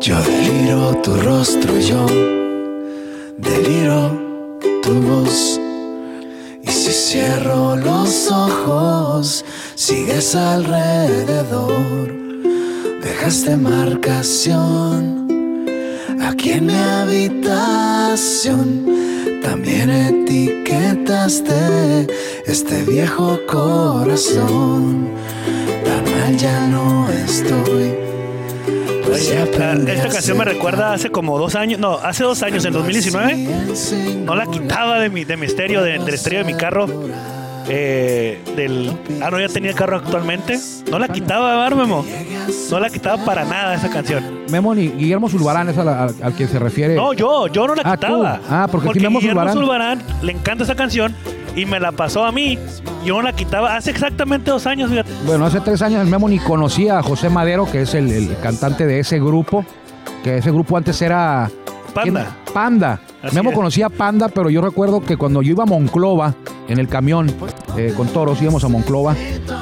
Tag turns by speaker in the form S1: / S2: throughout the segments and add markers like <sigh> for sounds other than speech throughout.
S1: Yo deliro tu rostro, yo deliro tu voz. Y si cierro los ojos, sigues alrededor. Dejaste marcación aquí en mi habitación. También etiquetaste este viejo corazón. Tan mal ya no estoy. pues
S2: Oye,
S1: ya
S2: esta,
S1: aprendí
S2: esta
S1: a
S2: canción me
S1: aceptar.
S2: recuerda hace como dos años, no, hace dos años, en el 2019, no la quitaba de mi, de mi estéreo, de- del estéreo de mi carro. eh, del, ah, no, ya tenía carro actualmente. No la quitaba, ¿verdad, Memo. No la quitaba para nada esa canción.
S3: Memo ni Guillermo Zulbarán es al, al- al que se refiere.
S2: No, yo, yo no la
S3: Ah, tú.
S2: quitaba.
S3: Ah, porque sí, Memo
S2: Guillermo
S3: Zulbarán.
S2: Zulbarán le encanta esa canción y me la pasó a mí. Yo no la quitaba hace exactamente dos años, fíjate.
S3: Bueno, hace tres años el Memo ni conocía a José Madero, que es el, el cantante de ese grupo, que ese grupo antes era...
S2: Panda.
S3: ¿quién? Panda.
S2: Así
S3: Memo
S2: es.
S3: conocía a Panda, pero yo recuerdo que cuando yo iba a Monclova en el camión eh, con toros, íbamos a Monclova,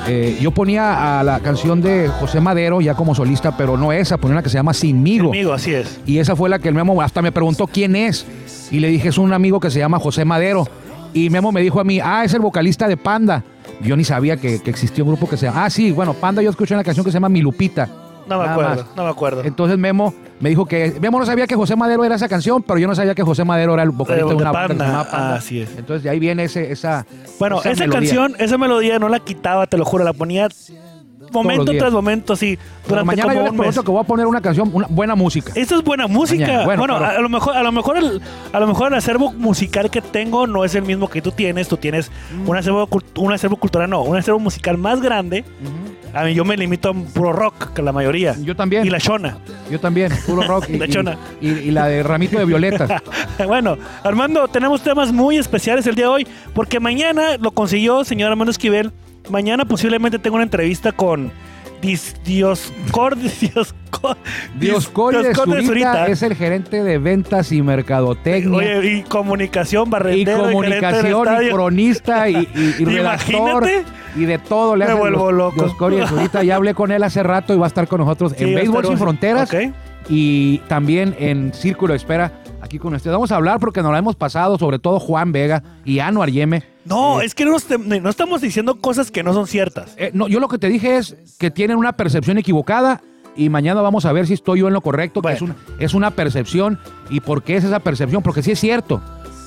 S3: eh, yo ponía a la canción de José Madero ya como solista, pero no esa, ponía una que se llama Sinmigo.
S2: Amigo, así es.
S3: Y esa fue la que el Memo hasta me preguntó quién es. Y le dije, es un amigo que se llama José Madero. Y Memo me dijo a mí, ah, es el vocalista de Panda. Yo ni sabía que, que existía un grupo que se llama. Ah, sí, bueno, Panda yo escuché una canción que se llama Mi Lupita.
S2: No me
S3: Nada
S2: acuerdo,
S3: más.
S2: no me acuerdo.
S3: Entonces Memo me dijo que. Memo no sabía que José Madero era esa canción, pero yo no sabía que José Madero era el vocalista
S2: Eh,
S3: de
S2: de
S3: una banda
S2: Panda.
S3: que se llamaba Panda.
S2: Ah, así es.
S3: Entonces de ahí viene ese, esa.
S2: Bueno, esa,
S3: melodía.
S2: canción, esa melodía no la quitaba, te lo juro, la ponía momento
S3: días.
S2: tras momento, sí,
S3: Pero
S2: durante
S3: mañana yo
S2: como
S3: les
S2: un mes.
S3: prometo que voy a poner una canción, una buena música.
S2: Esa es buena música.
S3: Mañana, bueno,
S2: bueno, a-
S3: pero-
S2: a, lo mejor, a lo mejor el, a lo mejor el acervo musical que tengo no es el mismo que tú tienes. Tú tienes
S3: Mm.
S2: un acervo cult- un acervo cultural, no, un acervo musical más grande. A mí yo me limito a un puro rock, que la mayoría.
S3: Yo también.
S2: Y la chona.
S3: Yo también, puro
S2: <laughs>
S3: rock. y,
S2: La
S3: y-
S2: chona.
S3: y- y la de Ramito
S2: <laughs>
S3: de Violetas.
S2: bueno, Armando, tenemos temas muy especiales el día de hoy, porque mañana lo consiguió señor Armando Esquivel. Mañana posiblemente tengo una entrevista con Dis- <laughs> Dioscor- Dioscor-
S3: Dioscorio
S2: Dioscor de Zurita.
S3: Zurita es el gerente de ventas y mercadotecnia
S2: Oye, y comunicación,
S3: y
S2: barrendero, y gerente del
S3: comunicación y
S2: estadio.
S3: cronista y, y-
S2: <laughs>
S3: y redactor
S2: Imagínate.
S3: y de todo le
S2: Me
S3: hace
S2: vuelvo
S3: Dios-
S2: loco.
S3: Dioscorio Zurita. Ya hablé con él hace rato y va a estar con nosotros
S2: Sí,
S3: en
S2: va a
S3: Béisbol
S2: estar-
S3: Sin Fronteras
S2: Ok.
S3: y también en Círculo de Espera aquí con ustedes. Vamos a hablar porque nos la hemos pasado, sobre todo Juan Vega y Anuar Yeme.
S2: No, es que no, est- no estamos diciendo cosas que no son ciertas.
S3: Eh, no, yo lo que te dije es que tienen una percepción equivocada y mañana vamos a ver si estoy yo en lo correcto, que es
S2: Bueno.
S3: una, es una percepción. ¿Y por qué es esa percepción? Porque sí es cierto.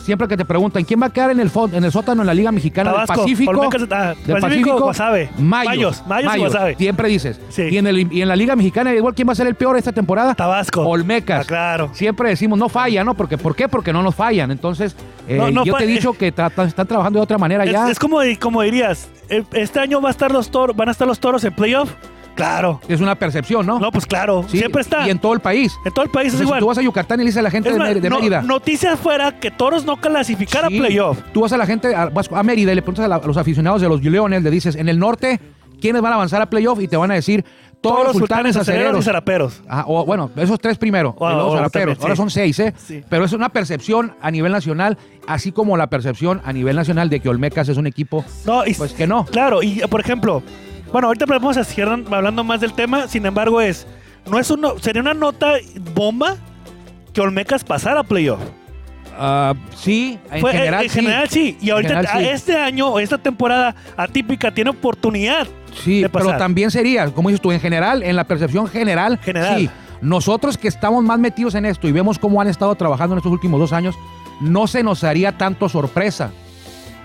S3: Siempre que te preguntan, ¿quién va a quedar en el, fo- en el sótano en la Liga Mexicana
S2: Tabasco,
S3: del Pacífico?
S2: Olmecas, ah, Pacífico, Guasave.
S3: Mayos.
S2: Mayos, Mayos y Guasave.
S3: Siempre dices.
S2: Sí.
S3: Y, en el- y en la Liga Mexicana, igual, ¿quién va a ser el peor esta temporada?
S2: Tabasco.
S3: Olmecas.
S2: Ah, claro.
S3: Siempre decimos, no falla, ¿no? Porque, ¿Por qué? Porque no nos fallan. Entonces, eh,
S2: No, no
S3: yo te he
S2: fa-
S3: dicho que tra- tra- están trabajando de otra manera
S2: Es,
S3: ya.
S2: es como, como dirías, eh, este año va a estar los toros, van a estar los toros en playoff. Claro.
S3: Es una percepción, ¿no?
S2: No, pues claro.
S3: Sí,
S2: Siempre está.
S3: Y en
S2: En,
S3: todo el país.
S2: todo el país es
S3: Entonces,
S2: igual.
S3: Si tú vas a Yucatán y le dices a la gente
S2: Es
S3: de,
S2: más,
S3: Mer- de
S2: no-
S3: Mérida.
S2: noticia fuera que Toros no clasificara a
S3: Sí.
S2: playoff.
S3: Tú vas a la gente, a, vas a Mérida y le preguntas a, la- a los aficionados de los Leones, le dices, en el norte, ¿quiénes van a avanzar a playoff? Y te van a decir, todos, los sultanes
S2: acereros y
S3: acereros.
S2: zaraperos.
S3: Ajá, o, bueno, esos tres primero,
S2: O-
S3: y luego
S2: o
S3: zaraperos.
S2: también, sí.
S3: Ahora son seis, ¿eh?
S2: Sí.
S3: Pero es una percepción a nivel nacional, así como la percepción a nivel nacional de que Olmecas es un equipo.
S2: No, y-
S3: Pues que no.
S2: Claro, y eh, por ejemplo, bueno, ahorita vamos a seguir hablando más del tema, sin embargo, es. No es uno, sería una nota bomba que Olmecas pasara a playoff.
S3: Ah, sí, en
S2: Fue- eh,
S3: general.
S2: en general sí. Y
S3: En
S2: ahorita
S3: general,
S2: a-
S3: sí.
S2: este año o esta temporada atípica tiene oportunidad.
S3: Sí,
S2: de
S3: pero
S2: pasar.
S3: también sería, como dices tú, en general, en la percepción general,
S2: General.
S3: sí. Nosotros que estamos más metidos en esto y vemos cómo han estado trabajando en estos últimos dos años, no se nos haría tanto sorpresa.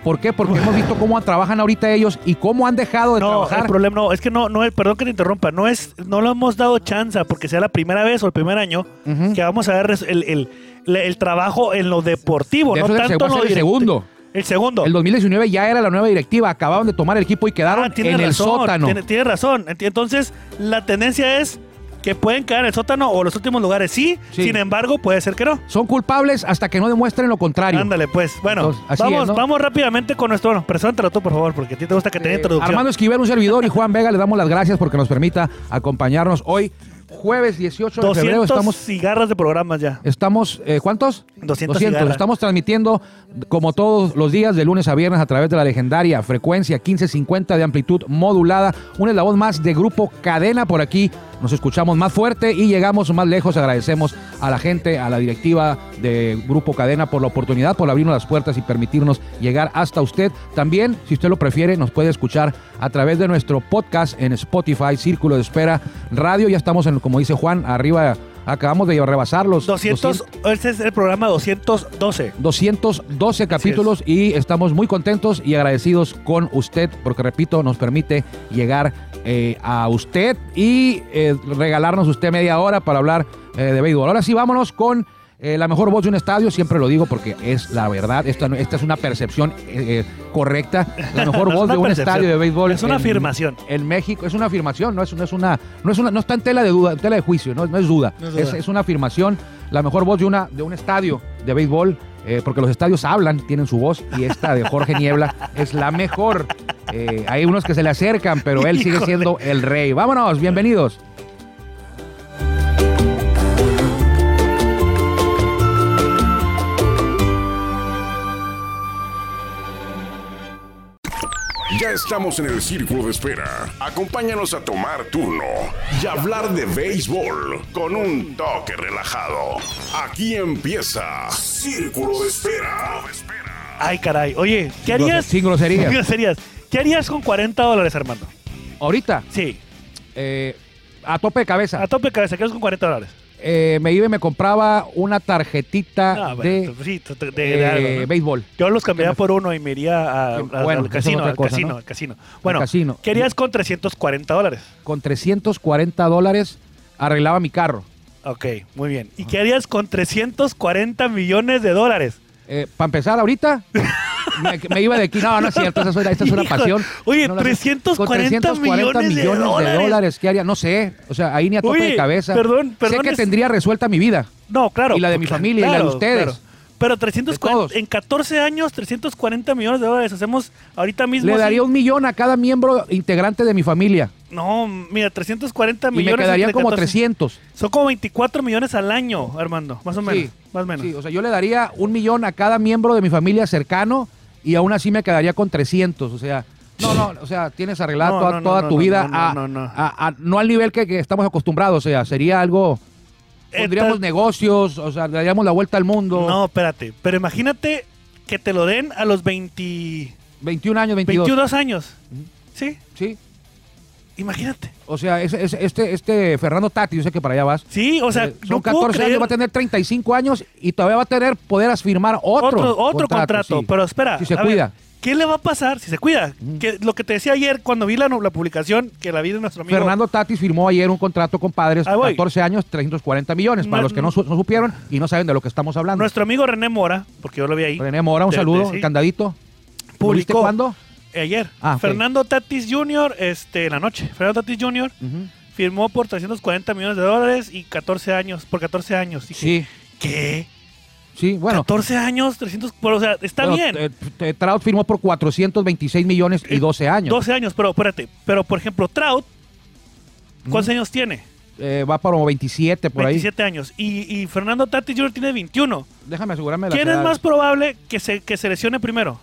S3: ¿Por qué? Porque hemos visto cómo trabajan ahorita ellos y cómo han dejado de
S2: No, el
S3: trabajar.
S2: problema no, es que no, no, es- perdón que te interrumpa, no es, no lo hemos dado chance porque sea la primera vez o el primer año
S3: Ujú.
S2: que vamos a ver res- el, el- la- el trabajo en lo deportivo,
S3: De
S2: no
S3: eso es el
S2: tanto
S3: seg- va
S2: en
S3: a
S2: lo
S3: ser el
S2: direct-
S3: segundo.
S2: El segundo.
S3: El 2019 ya era la nueva directiva, acababan de tomar el equipo y quedaron
S2: Ah,
S3: en
S2: tiene
S3: el
S2: razón,
S3: sótano.
S2: Tiene, tiene razón. Enti- Entonces, la tendencia es que pueden quedar en el sótano o los últimos lugares, sí,
S3: Sí.
S2: sin embargo, puede ser que no.
S3: Son culpables hasta que no demuestren lo contrario.
S2: Ándale, pues. Bueno,
S3: Entonces, así
S2: vamos,
S3: es, ¿no?
S2: vamos rápidamente con nuestro. Bueno, preséntalo tú, por favor, porque a ti te gusta que te dé
S3: Eh,
S2: introducción.
S3: Armando Esquivel, un servidor, y Juan Vega, le damos las gracias porque nos permita acompañarnos hoy, jueves 18 de
S2: 200
S3: febrero. Estamos
S2: cigarras de programas ya.
S3: Estamos, eh, ¿cuántos?
S2: 200 cigarras.
S3: Estamos transmitiendo como todos los días, de lunes a viernes, a través de la legendaria frecuencia 1550 de amplitud modulada. Un voz más de grupo Cadena por aquí Nos escuchamos más fuerte y llegamos más lejos. Agradecemos a la gente, a la directiva de Grupo Cadena por la oportunidad, por abrirnos las puertas y permitirnos llegar hasta usted. También, si usted lo prefiere, nos puede escuchar a través de nuestro podcast en Spotify, Círculo de Espera Radio. Ya estamos en, como dice Juan, arriba. Acabamos de rebasar los
S2: 200, este es el programa 212.
S3: 212 capítulos y estamos muy contentos y agradecidos con usted porque, repito, nos permite llegar eh, a usted y eh, regalarnos usted media hora para hablar eh, de béisbol. Ahora sí, vámonos con eh, la mejor voz de un estadio, siempre lo digo porque es la verdad, esta, no- esta es una percepción eh, eh, correcta. La mejor
S2: No es <laughs>
S3: voz
S2: una
S3: de un
S2: percepción,
S3: estadio de béisbol.
S2: es una afirmación.
S3: En México, es una afirmación, no, es, no, es una, no, es una, no está en tela de duda, en tela de juicio, no, no es duda.
S4: No es duda.
S3: es, es una afirmación, la mejor voz de, una, de un estadio de béisbol, eh, porque los estadios hablan, tienen su voz, y esta de Jorge Niebla
S2: <laughs>
S3: es la mejor. Eh, hay unos que se le acercan, pero él sigue
S2: Híjole.
S3: siendo el rey. Vámonos, bienvenidos.
S5: Ya estamos en el círculo de espera. Acompáñanos a tomar turno y hablar de béisbol con un toque relajado. Aquí empieza Círculo de Espera.
S2: Ay, caray. Oye, ¿qué harías?
S3: Sin groserías.
S2: Sin groserías. ¿Qué harías con 40 dólares, Armando?
S3: Ahorita,
S2: Sí,
S3: eh, a tope de cabeza.
S2: a tope de cabeza, ¿qué harías con 40 dólares?
S3: eh, me iba y me compraba una tarjetita
S2: Ah,
S3: de,
S2: bueno, sí, de, de
S3: eh,
S2: algo, ¿no?
S3: béisbol.
S2: Yo los cambiaría por uno y me iría a- a-
S3: Que- bueno,
S2: al
S3: eso es
S2: casino,
S3: otra
S2: al
S3: cosa,
S2: casino,
S3: ¿no?
S2: al casino. Bueno,
S3: casino.
S2: ¿qué harías con 340 dólares?
S3: Con 340 dólares arreglaba mi carro.
S2: Ok, muy bien. ¿Y qué harías con 340 millones de dólares?
S3: Para Eh, empezar ahorita,
S2: <laughs>
S3: me, me iba de aquí. No, no es cierto, esa es una, esa es una
S2: Hijo,
S3: pasión.
S2: oye,
S3: No la-
S2: 340
S3: con 340
S2: millones de dólares.
S3: ¿Qué haría? No sé. O sea, ahí ni a tope
S2: Oye,
S3: de cabeza.
S2: perdón, perdón,
S3: Sé que
S2: es-
S3: tendría resuelta mi vida.
S2: No, claro.
S3: Y la de mi
S2: claro,
S3: familia, y la de ustedes.
S2: Pero
S3: De
S2: 340,
S3: todos.
S2: en 14 años, 340 millones de dólares. Hacemos ahorita mismo.
S3: Le
S2: sí.
S3: daría un millón a cada miembro integrante de mi familia.
S2: No, mira, 340
S3: Y
S2: millones.
S3: me quedarían
S2: entre
S3: como
S2: 14.
S3: 300.
S2: Son como 24 millones al año, Armando. Más o menos.
S3: Sí,
S2: más o menos.
S3: sí, o sea, yo le daría un millón a cada miembro de mi familia cercano y aún así me quedaría con 300. O sea, no, no, o sea, tienes arreglada
S2: No,
S3: toda,
S2: no, no,
S3: toda
S2: no,
S3: tu
S2: no,
S3: vida
S2: no,
S3: a-
S2: no, no.
S3: a- a- no al nivel que, que estamos acostumbrados. O sea, sería algo.
S2: Eh,
S3: Pondríamos
S2: tal-
S3: negocios, o sea, le daríamos la vuelta al mundo.
S2: No, espérate. Pero imagínate que te lo den a los 20
S3: 21 años, 22.
S2: 22 años. Sí,
S3: Sí.
S2: imagínate.
S3: O sea, ese- ese- este, este Fernando Tati, yo sé que para allá vas.
S2: Sí, o sea,
S3: eh, son
S2: no puedo
S3: 14
S2: creer-
S3: años, va a tener 35 años y todavía va a tener poder firmar otro,
S2: otro, otro contrato.
S3: sí.
S2: Pero espera.
S3: Si se
S2: a ver,
S3: cuida. Mm.
S2: ¿Qué le va a pasar si se cuida? Que lo que te decía ayer cuando vi la, la publicación que la vi de nuestro amigo.
S3: Fernando Tatis firmó ayer un contrato con Padres,
S2: Ahí voy.
S3: 14 años, 340 millones, para
S2: No-
S3: los que no, su- no supieron y no saben de lo que estamos hablando.
S2: Nuestro amigo René Mora, porque yo lo vi ahí.
S3: René Mora, un
S2: de-
S3: saludo,
S2: de- sí,
S3: el candadito. ¿Lo
S2: Publicó.
S3: viste cuándo?
S2: Ayer.
S3: Ah, ok.
S2: Fernando Tatis Jr., este, en la noche. Fernando Tatis Jr.
S3: Ujú.
S2: firmó por 340 millones de dólares y 14 años, por 14 años. Dije,
S3: Sí,
S2: ¿Qué?
S3: sí, bueno.
S2: 14 años, 300, pero, o sea, está
S3: bueno,
S2: bien. Eh,
S3: eh, eh, Trout firmó por 426 millones y 12 años.
S2: 12 años, pero espérate, pero por ejemplo, Trout, ¿cuántos años tiene?
S3: Eh, va para como 27 Mm. por
S2: 27 años. Y, y Fernando Tatis Jr. tiene 21.
S3: ahí. Déjame asegurarme de
S2: ¿Quién
S3: las
S2: es más
S3: edades.
S2: probable que se, que se lesione primero?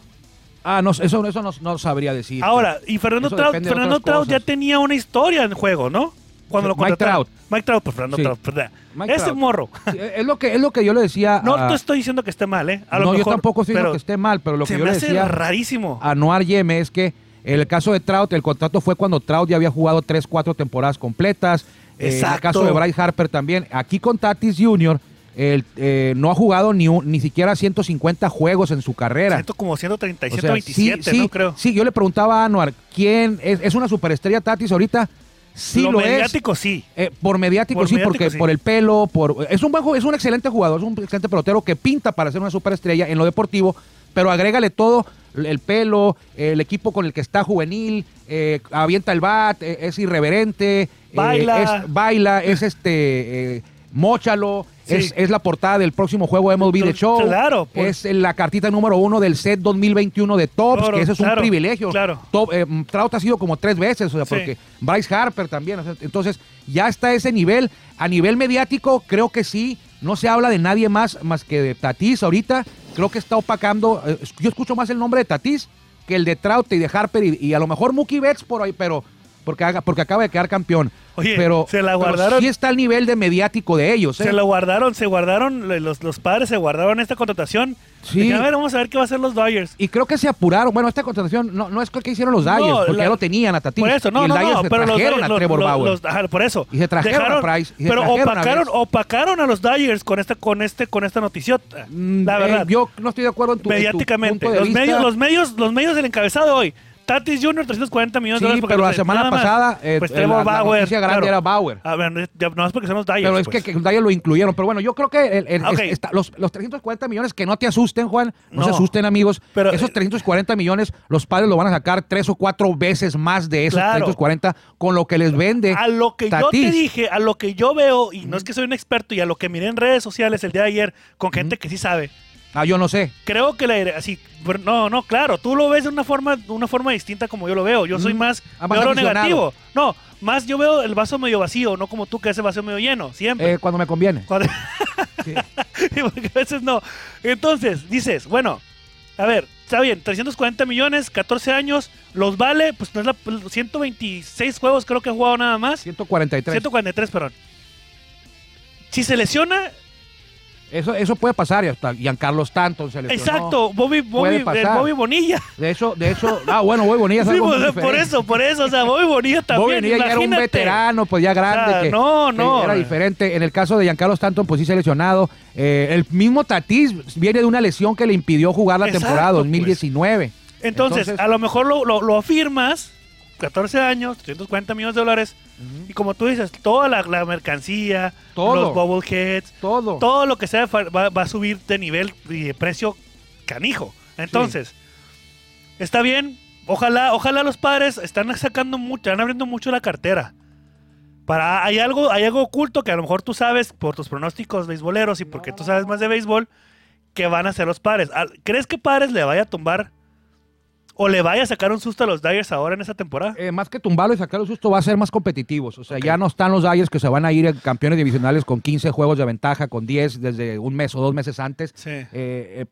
S3: Ah, no, eso, eso no, no sabría decir.
S2: Ahora, y Fernando
S3: pues, Eso
S2: Trout,
S3: depende de
S2: Fernando
S3: otras
S2: Trout ya
S3: cosas.
S2: tenía una historia en juego, ¿no? Cuando lo
S3: Mike
S2: contrataron.
S3: Trout.
S2: Mike Trout, pues Fernando
S3: Sí.
S2: Trout. perdón.
S3: Mike
S2: Ese
S3: Trout.
S2: morro.
S3: Sí, Es lo que, es lo que yo le decía.
S2: No
S3: a-
S2: te estoy diciendo que esté mal, ¿eh? A lo
S3: no, yo
S2: mejor,
S3: tampoco estoy diciendo
S2: pero
S3: que esté mal, pero lo
S2: se
S3: que yo
S2: me
S3: le
S2: hace
S3: decía.
S2: rarísimo.
S3: a Noar Yeme es que en el caso de Trout, el contrato fue cuando Trout ya había jugado tres, cuatro temporadas completas. Eh, en el
S2: Exacto.
S3: caso de Bryce Harper también. Aquí con Tatis Jr., el, eh, no ha jugado ni, un- ni siquiera 150 juegos en su carrera.
S2: Siento como 136,
S3: O sea,
S2: 127,
S3: sí,
S2: ¿no?
S3: sí,
S2: Creo.
S3: Sí, yo le preguntaba a Anuar, ¿quién es, es una superestrella Tatis ahorita? Sí
S2: lo,
S3: lo, es.
S2: mediático, sí.
S3: Eh, por mediático,
S2: Por
S3: sí,
S2: mediático,
S3: porque
S2: sí.
S3: por el pelo, por es un buen ju- es un excelente jugador, es un excelente pelotero que pinta para ser una superestrella en lo deportivo, pero agrégale todo el pelo, el equipo con el que está juvenil, eh, avienta el bat, eh, es irreverente, eh,
S2: Baila.
S3: es, baila, es este eh, móchalo,
S2: Sí.
S3: es, es la portada del próximo juego MLB The
S2: Cl-
S3: Show,
S2: claro, por-
S3: es la cartita número uno del set 2021 de Tops,
S2: Claro,
S3: que ese es
S2: claro,
S3: un privilegio.
S2: claro.
S3: Top, eh, Trout ha sido como tres veces, o sea,
S2: Sí.
S3: porque Bryce Harper también. o sea, entonces, ya está ese nivel. A nivel mediático, creo que sí. No se habla de nadie más más que de Tatís ahorita. Creo que está opacando. eh, yo escucho más el nombre de Tatís que el de Trout y de Harper y, y a lo mejor Mookie Betts por ahí, pero porque, haga- porque acaba de quedar campeón.
S2: Oye,
S3: pero,
S2: se la
S3: pero
S2: guardaron.
S3: sí está el nivel de mediático de ellos. ¿eh?
S2: Se lo guardaron, se guardaron, le- los, los padres se guardaron esta contratación.
S3: Sí.
S2: Dije, a ver, vamos a ver qué va a hacer los Dodgers.
S3: Y creo que se apuraron. Bueno, esta contratación no, no es que hicieron los Dyers, porque
S2: la-
S3: ya lo tenían a Tatis.
S2: Por eso,
S3: y
S2: no,
S3: el
S2: no,
S3: Dodgers
S2: no,
S3: se
S2: pero los
S3: trajeron
S2: Dodgers-
S3: a
S2: los-
S3: Trevor
S2: los-
S3: Bauer.
S2: los- ajá, por eso.
S3: Y se trajeron
S2: Dejaron-
S3: a Price, y se
S2: pero
S3: trajeron a
S2: opacaron,
S3: Betts.
S2: opacaron a los Dodgers con esta, con este, con esta noticiota.
S3: Mm,
S2: La
S3: eh,
S2: verdad.
S3: yo no estoy de acuerdo en tu, en tu
S2: mediáticamente.
S3: punto de
S2: los
S3: vista.
S2: medios, los medios, los medios del encabezado hoy. Tatis Jr. 340 millones
S3: Sí,
S2: de dólares. porque
S3: pero
S2: no
S3: la
S2: sé,
S3: semana
S2: nada más.
S3: pasada, eh,
S2: pues
S3: eh,
S2: Trevor
S3: la- la
S2: Bauer.
S3: noticia grande era Bauer.
S2: A ver, ya- no es porque son los Dyers. pues.
S3: Pero es que, que los Dodgers lo incluyeron. Pero bueno, yo creo que el- el-
S2: Ok.
S3: es- está- los, los 340 millones, que no te asusten, Juan, no,
S2: No.
S3: se asusten, amigos.
S2: Pero- eh,
S3: esos 340 millones, los padres lo van a sacar tres o cuatro veces más de esos
S2: Claro.
S3: 340 con lo que les vende.
S2: a lo que yo te
S3: Tatis.
S2: dije, a lo que yo veo, y no es que soy un experto, y a lo que miré en redes sociales el día de ayer con gente que sí sabe.
S3: Ah, yo no sé.
S2: Creo que la dire- así, pero no, no, claro, tú lo ves de una forma, de una forma distinta como yo lo veo. Yo soy
S3: Mm,
S2: más,
S3: ah, más
S2: veo lo
S3: aficionado.
S2: negativo. No, más yo veo el vaso medio vacío, no como tú que ese vaso medio lleno, siempre.
S3: eh, cuando me conviene.
S2: Cuando- <laughs>
S3: Sí.
S2: Sí, porque a veces no. Entonces, dices, bueno, a ver, está bien, 340 millones, 14 años, los vale, pues no es la 126 juegos creo que ha jugado nada más.
S3: 143.
S2: 143, perdón. Si se lesiona,
S3: Eso, eso puede pasar. Y hasta Giancarlo Stanton se lesionó.
S2: exacto, Bobby, Bobby,
S3: Puede
S2: el
S3: pasar.
S2: Bobby Bonilla.
S3: De hecho, de hecho, ah, bueno, Bobby Bonilla es
S2: Sí,
S3: algo
S2: pues,
S3: muy
S2: por
S3: diferente.
S2: eso, por eso, o sea, Bobby
S3: <laughs>
S2: Bonilla también.
S3: Bobby Bonilla ya era un
S2: imagínate.
S3: veterano, pues ya grande.
S2: O sea,
S3: que,
S2: no,
S3: que
S2: no.
S3: Era diferente. En el caso de Giancarlo Stanton, pues sí se ha lesionado. Eh, el mismo Tatis viene de una lesión que le impidió jugar la
S2: Exacto,
S3: temporada
S2: pues.
S3: 2019.
S2: Entonces,
S3: Entonces-
S2: a lo mejor lo, lo, lo afirmas, 14 años, 340 millones de dólares, y como tú dices, toda la, la mercancía,
S3: Todo.
S2: los bobbleheads,
S3: Todo.
S2: todo lo que sea fa- va, va a subir de nivel y de precio canijo. Entonces, está bien. Ojalá, ojalá los padres están sacando mucho, están abriendo mucho la cartera. Para, hay algo, hay algo oculto que a lo mejor tú sabes por tus pronósticos beisboleros y porque tú sabes más de béisbol que van a hacer los padres. Al- ¿Crees que padres le vaya a tumbar o le vaya a sacar un susto a los Dyers ahora en esta temporada?
S3: Eh, más que tumbarlo y sacarlo susto, va a ser más competitivos. O sea, ya no están los Dyers que se van a ir campeones divisionales con 15 juegos de ventaja, con 10 desde un mes o dos meses antes.
S2: Sí.
S3: Eh, eh,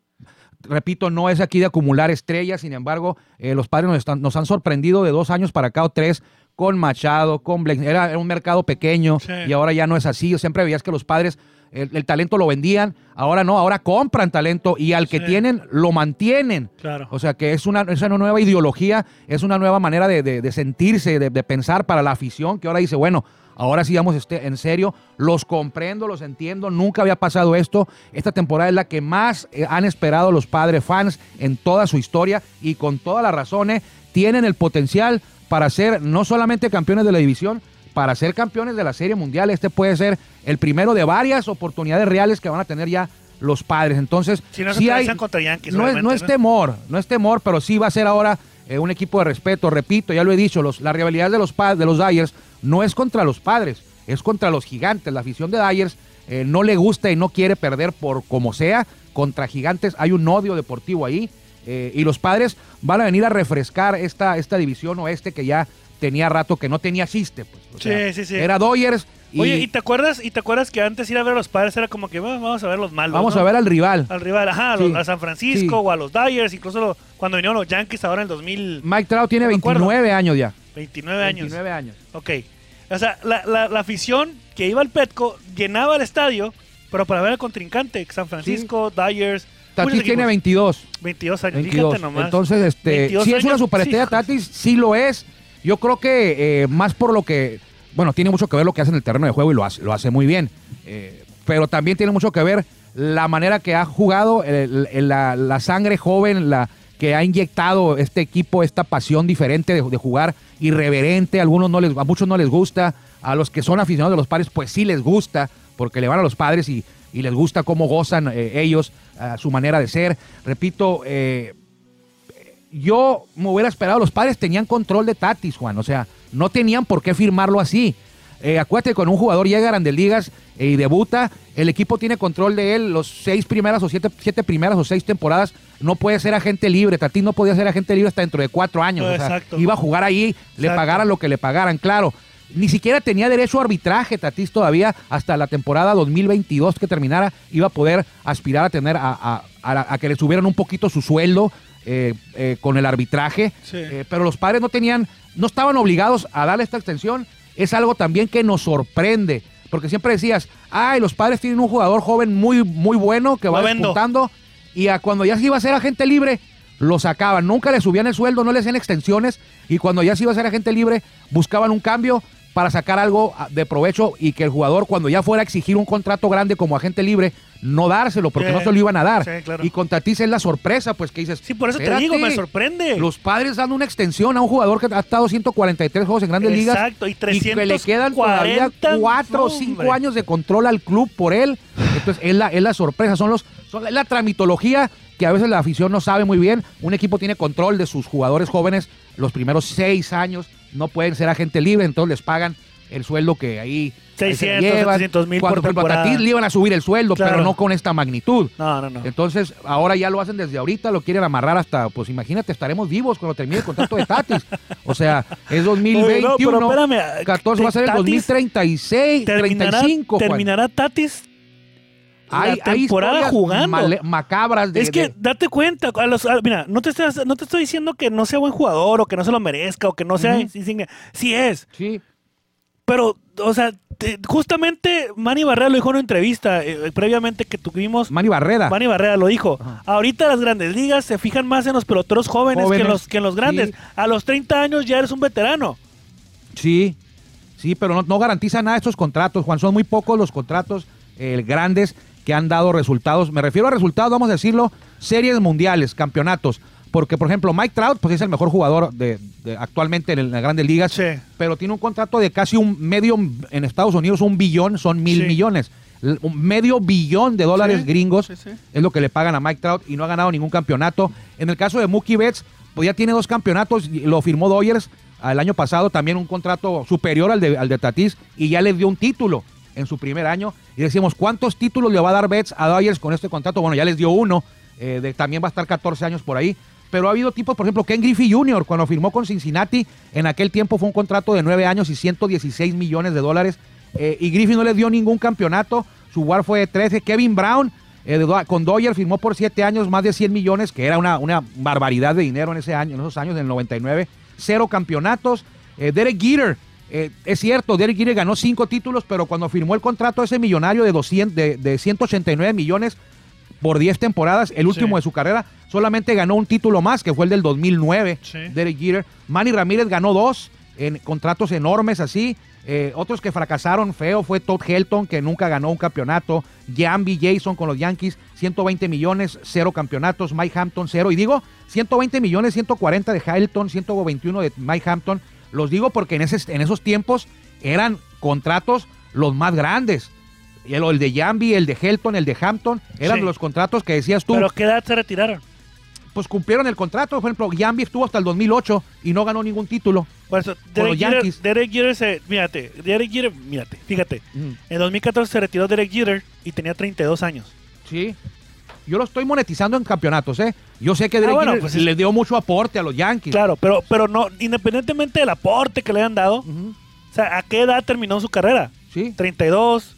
S3: repito, no es aquí de acumular estrellas. Sin embargo, eh, los padres nos, están- nos han sorprendido de dos años para acá o tres con Machado, con Blake. Era, era un mercado pequeño
S2: Sí.
S3: y ahora ya no es así. Siempre veías que los padres el, el talento lo vendían, ahora no, ahora compran talento y al que
S2: Sí.
S3: tienen lo mantienen.
S2: Claro.
S3: O sea que es una, es una nueva ideología, es una nueva manera de, de- de sentirse, de, de pensar para la afición que ahora dice, bueno, ahora sí vamos este, en serio, los comprendo, los entiendo, nunca había pasado esto. Esta temporada es la que más eh, han esperado los padres fans en toda su historia y con todas las razones tienen el potencial para ser no solamente campeones de la división, para ser campeones de la Serie Mundial. Este puede ser el primero de varias oportunidades reales que van a tener ya los padres. Entonces,
S2: Si no se
S3: sí hay-
S2: atraviesan contra Yankees,
S3: no es,
S2: obviamente,
S3: no es
S2: ¿no?
S3: temor, no es temor, pero sí va a ser ahora eh, un equipo de respeto. Repito, ya lo he dicho, los, la rivalidad de los, pa- de los Dyers no es contra los padres, es contra los gigantes. La afición de Dyers eh, no le gusta y no quiere perder por como sea. Contra gigantes hay un odio deportivo ahí. eh, y los padres van a venir a refrescar esta, esta división oeste que ya tenía rato que no tenía chiste. Pues. O
S2: Sí, sí, sí.
S3: Era Dodgers y,
S2: Oye, ¿y te acuerdas, y te acuerdas que antes ir a ver a los padres era como que "Bueno, vamos a ver los malos?
S3: vamos
S2: ¿no?
S3: a ver al rival.
S2: al rival, ajá, a, los-
S3: Sí,
S2: a San Francisco
S3: sí.
S2: o a los Dyers, incluso lo- cuando vinieron los Yankees ahora en el 2029
S3: Mike Trout tiene
S2: Me acuerdo.
S3: 29 años ya.
S2: años.
S3: 29 años.
S2: Ok. O sea, la, la- la afición que iba al Petco llenaba el estadio, pero para ver al contrincante, San Francisco, Dyers.
S3: Tatis
S2: muchos
S3: tiene
S2: equipos.
S3: 22.
S2: 22 años,
S3: 22.
S2: fíjate nomás.
S3: Entonces, este,
S2: 22
S3: si es una
S2: años,
S3: superestrella
S2: sí.
S3: Tatis, sí lo es. Yo creo que eh, más por lo que, bueno, tiene mucho que ver lo que hace en el terreno de juego y lo hace, lo hace muy bien. Eh, pero también tiene mucho que ver la manera que ha jugado, el- el- la, la sangre joven, la que ha inyectado este equipo, esta pasión diferente de, de jugar, irreverente. A algunos no les, a muchos no les gusta. A los que son aficionados de los padres, pues sí les gusta, porque le van a los padres y, y les gusta cómo gozan eh, ellos, ah, su manera de ser. Repito, eh, yo me hubiera esperado, los padres tenían control de Tatis, Juan, o sea, no tenían por qué firmarlo así. Eh, acuérdate, cuando un jugador llega a Grandes Ligas eh, y debuta, el equipo tiene control de él los seis primeras o siete, siete primeras o seis temporadas, no puede ser agente libre, Tatis no podía ser agente libre hasta dentro de cuatro años,
S2: Ah,
S3: o sea,
S2: exacto.
S3: iba a jugar ahí, le
S2: Exacto.
S3: pagaran lo que le pagaran, claro. Ni siquiera tenía derecho a arbitraje Tatis todavía hasta la temporada 2022 que terminara, iba a poder aspirar a tener a, a- a la- a que le subieran un poquito su sueldo. eh, eh, con el arbitraje,
S2: Sí.
S3: eh, pero los padres no tenían, no estaban obligados a darle esta extensión. Es algo también que nos sorprende, porque siempre decías, ay, los padres tienen un jugador joven muy, muy bueno que va
S2: Movendo.
S3: despuntando y a cuando ya se iba a ser agente libre lo sacaban, nunca le subían el sueldo, no le hacían extensiones y cuando ya se iba a ser agente libre buscaban un cambio para sacar algo ah, de provecho y que el jugador cuando ya fuera a exigir un contrato grande como agente libre no dárselo porque
S2: Sí.
S3: no se lo iban a dar.
S2: Sí, claro.
S3: Y con Tatís es la sorpresa, pues que dices,
S2: Sí, por eso te
S3: "Espérate,
S2: digo, me sorprende.
S3: Los padres dando una extensión a un jugador que ha estado 143 juegos en grandes ligas
S2: Exacto, y
S3: que le quedan todavía
S2: 340,
S3: 4 o 5
S2: hombre.
S3: años de control al club por él. Entonces, es la, es la sorpresa, son los son la, es la tramitología que a veces la afición no sabe muy bien. Un equipo tiene control de sus jugadores jóvenes los primeros 6 años, no pueden ser agente libre, entonces les pagan el sueldo que ahí ahí se
S2: 600,
S3: llevan.
S2: 700,000 por
S3: Cuando, por ejemplo, a
S2: temporada.
S3: Tatis le iban a subir el sueldo, pero
S2: Claro.
S3: no con esta magnitud.
S2: No, no, no.
S3: Entonces, ahora ya lo hacen desde ahorita, lo quieren amarrar hasta, pues imagínate, estaremos vivos cuando termine el contrato de Tatis. O sea, es 2021.
S2: <laughs> Oye, no, pero espérame, ah,
S3: 14 va a ser el
S2: Tatis
S3: 2036,
S2: Terminará,
S3: 35. Juan.
S2: terminará Tatis.
S3: Hay-
S2: la
S3: hay
S2: temporada
S3: historias
S2: jugando.
S3: male- macabras de,
S2: es que
S3: de-
S2: date cuenta, a los, a- mira, no te, estás- no te estoy diciendo que no sea buen jugador o que no se lo merezca o que no sea
S3: Ujú.
S2: insignia. Sí es,
S3: sí,
S2: pero, o sea, te- justamente Manny Barrera lo dijo en una entrevista eh, previamente que tuvimos.
S3: Manny Barrera.
S2: Manny Barrera lo dijo. Ahorita las grandes ligas se fijan más en los peloteros jóvenes,
S3: Jóvenes,
S2: que, en los, que en los grandes.
S3: sí.
S2: A los 30 años ya eres un veterano.
S3: Sí, sí, pero no, no garantiza nada estos contratos, Juan. Son muy pocos los contratos eh, grandes que han dado resultados. Me refiero a resultados, vamos a decirlo, series mundiales, campeonatos. Porque, por ejemplo, Mike Trout, pues es el mejor jugador de, de- actualmente en, el- en las grandes ligas,
S2: Sí.
S3: pero tiene un contrato de casi un medio, en Estados Unidos un billón, son mil
S2: Sí.
S3: millones. L- Un medio billón de dólares
S2: Sí,
S3: gringos
S2: sí, sí.
S3: es lo que le pagan a Mike Trout y no ha ganado ningún campeonato. En el caso de Mookie Betts, pues ya tiene dos campeonatos, y lo firmó Dodgers el año pasado, también un contrato superior al de, al de Tatís y ya le dio un título en su primer año. Y decimos, ¿cuántos títulos le va a dar Betts a Dodgers con este contrato? Bueno, ya les dio uno, eh, de- también va a estar 14 años por ahí. Pero ha habido tipos, por ejemplo, Ken Griffey Jr., cuando firmó con Cincinnati, en aquel tiempo fue un contrato de 9 años y 116 millones de dólares. eh, y Griffey no les dio ningún campeonato, su WAR fue de 13. Kevin Brown, eh, de Do- con Doyer firmó por 7 años más de 100 millones, que era una, una barbaridad de dinero en ese año, en esos años, en el 99. Cero campeonatos. Eh, Derek Jeter, eh, es cierto, Derek Jeter ganó 5 títulos, pero cuando firmó el contrato ese millonario de, 200, de, de 189 millones por 10 temporadas, el último
S2: Sí.
S3: de su carrera, solamente ganó un título más, que fue el del 2009,
S2: Sí.
S3: Derek Jeter. Manny Ramírez ganó dos en contratos enormes así. Eh, otros que fracasaron feo fue Todd Helton, que nunca ganó un campeonato. Jambi Jason con los Yankees, 120 millones, cero campeonatos. Mike Hampton, cero. Y digo, 120 millones, 140 de Helton, 121 de Mike Hampton. Los digo porque en, ese- en esos tiempos eran contratos los más grandes. Y El, el de Jambi, el de Helton, el de Hampton, eran
S2: Sí.
S3: los contratos que decías tú
S2: Pero ¿qué edad se retiraron?
S3: pues cumplieron el contrato. Por ejemplo, Giambi estuvo hasta el 2008 y no ganó ningún título.
S2: Por eso,
S3: los
S2: Derek Jeter,
S3: Yankees.
S2: Derek Jeter se, mírate, Derek Jeter, mírate, fíjate.
S3: Ujú.
S2: En 2014 se retiró Derek Jeter y tenía 32 años.
S3: Sí. Yo lo estoy monetizando en campeonatos, ¿eh? Yo sé que Derek
S2: bueno,
S3: Jeter
S2: pues es-
S3: le dio mucho aporte a los Yankees.
S2: Claro, pero, pero no, independientemente del aporte que le hayan dado,
S3: Ujú.
S2: o sea, ¿a qué edad terminó su carrera?
S3: Sí.
S2: 32,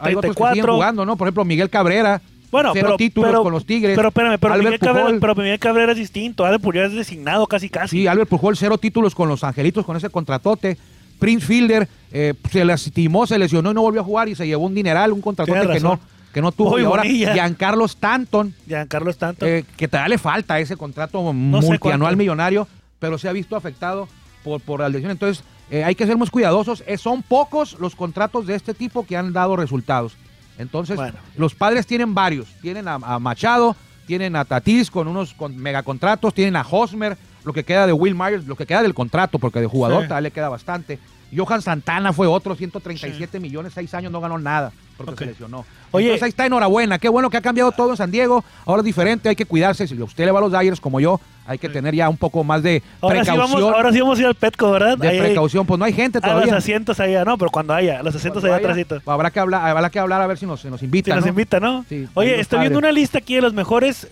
S3: Hay otros que siguen
S2: 34.
S3: jugando, ¿no? Por ejemplo, Miguel Cabrera.
S2: bueno,
S3: cero
S2: pero,
S3: títulos
S2: pero-
S3: con los Tigres.
S2: Pero espérame, pero
S3: Albert
S2: Miguel, Cabrera,
S3: Pujol.
S2: pero Miguel Cabrera es distinto, Albert Pujol es designado casi casi.
S3: Sí, Albert Pujol, cero títulos con los Angelitos con ese contratote. Prince Fielder eh, se lastimó, se lesionó y no volvió a jugar y se llevó un dineral, un contratote
S2: Tienes
S3: que no,
S2: razón.
S3: que no tuvo.
S2: Muy
S3: y ahora
S2: bonilla.
S3: Giancarlo Stanton,
S2: Giancarlo Stanton.
S3: eh, que todavía le falta ese contrato
S2: sé
S3: multianual
S2: cuánto.
S3: millonario, pero se ha visto afectado por, por la lesión. Entonces, eh, hay que ser muy cuidadosos. Eh, son pocos los contratos de este tipo que han dado resultados. Entonces,
S2: Bueno.
S3: los padres tienen varios. Tienen a, a Machado, tienen a Tatís con unos con megacontratos, tienen a Hosmer, lo que queda de Will Myers, lo que queda del contrato, porque de jugador
S2: Sí.
S3: todavía le queda bastante. Johan Santana fue otro, 137 millones, seis años, no ganó nada porque
S2: Ok.
S3: se lesionó.
S2: Oye.
S3: Entonces, ahí está, enhorabuena. Qué bueno que ha cambiado todo en San Diego. Ahora es diferente, hay que cuidarse. Si usted le va a los Dyers como yo, hay que tener ya un poco más de
S2: ahora, sí
S3: precaución.
S2: vamos, ahora sí vamos a ir al Petco, ¿verdad?
S3: de
S2: Ahí hay-
S3: precaución, pues no hay gente
S2: a los
S3: todavía.
S2: asientos allá, no, pero cuando haya, a los asientos
S3: Cuando
S2: allá
S3: vaya,
S2: atrásito.
S3: habrá que hablar, habrá que hablar a ver si nos, se nos
S2: Si
S3: invitan.
S2: nos
S3: ¿no?
S2: invita, ¿no?
S3: Sí, ahí
S2: Oye,
S3: los
S2: estoy viendo
S3: padres.
S2: una lista aquí de los mejores,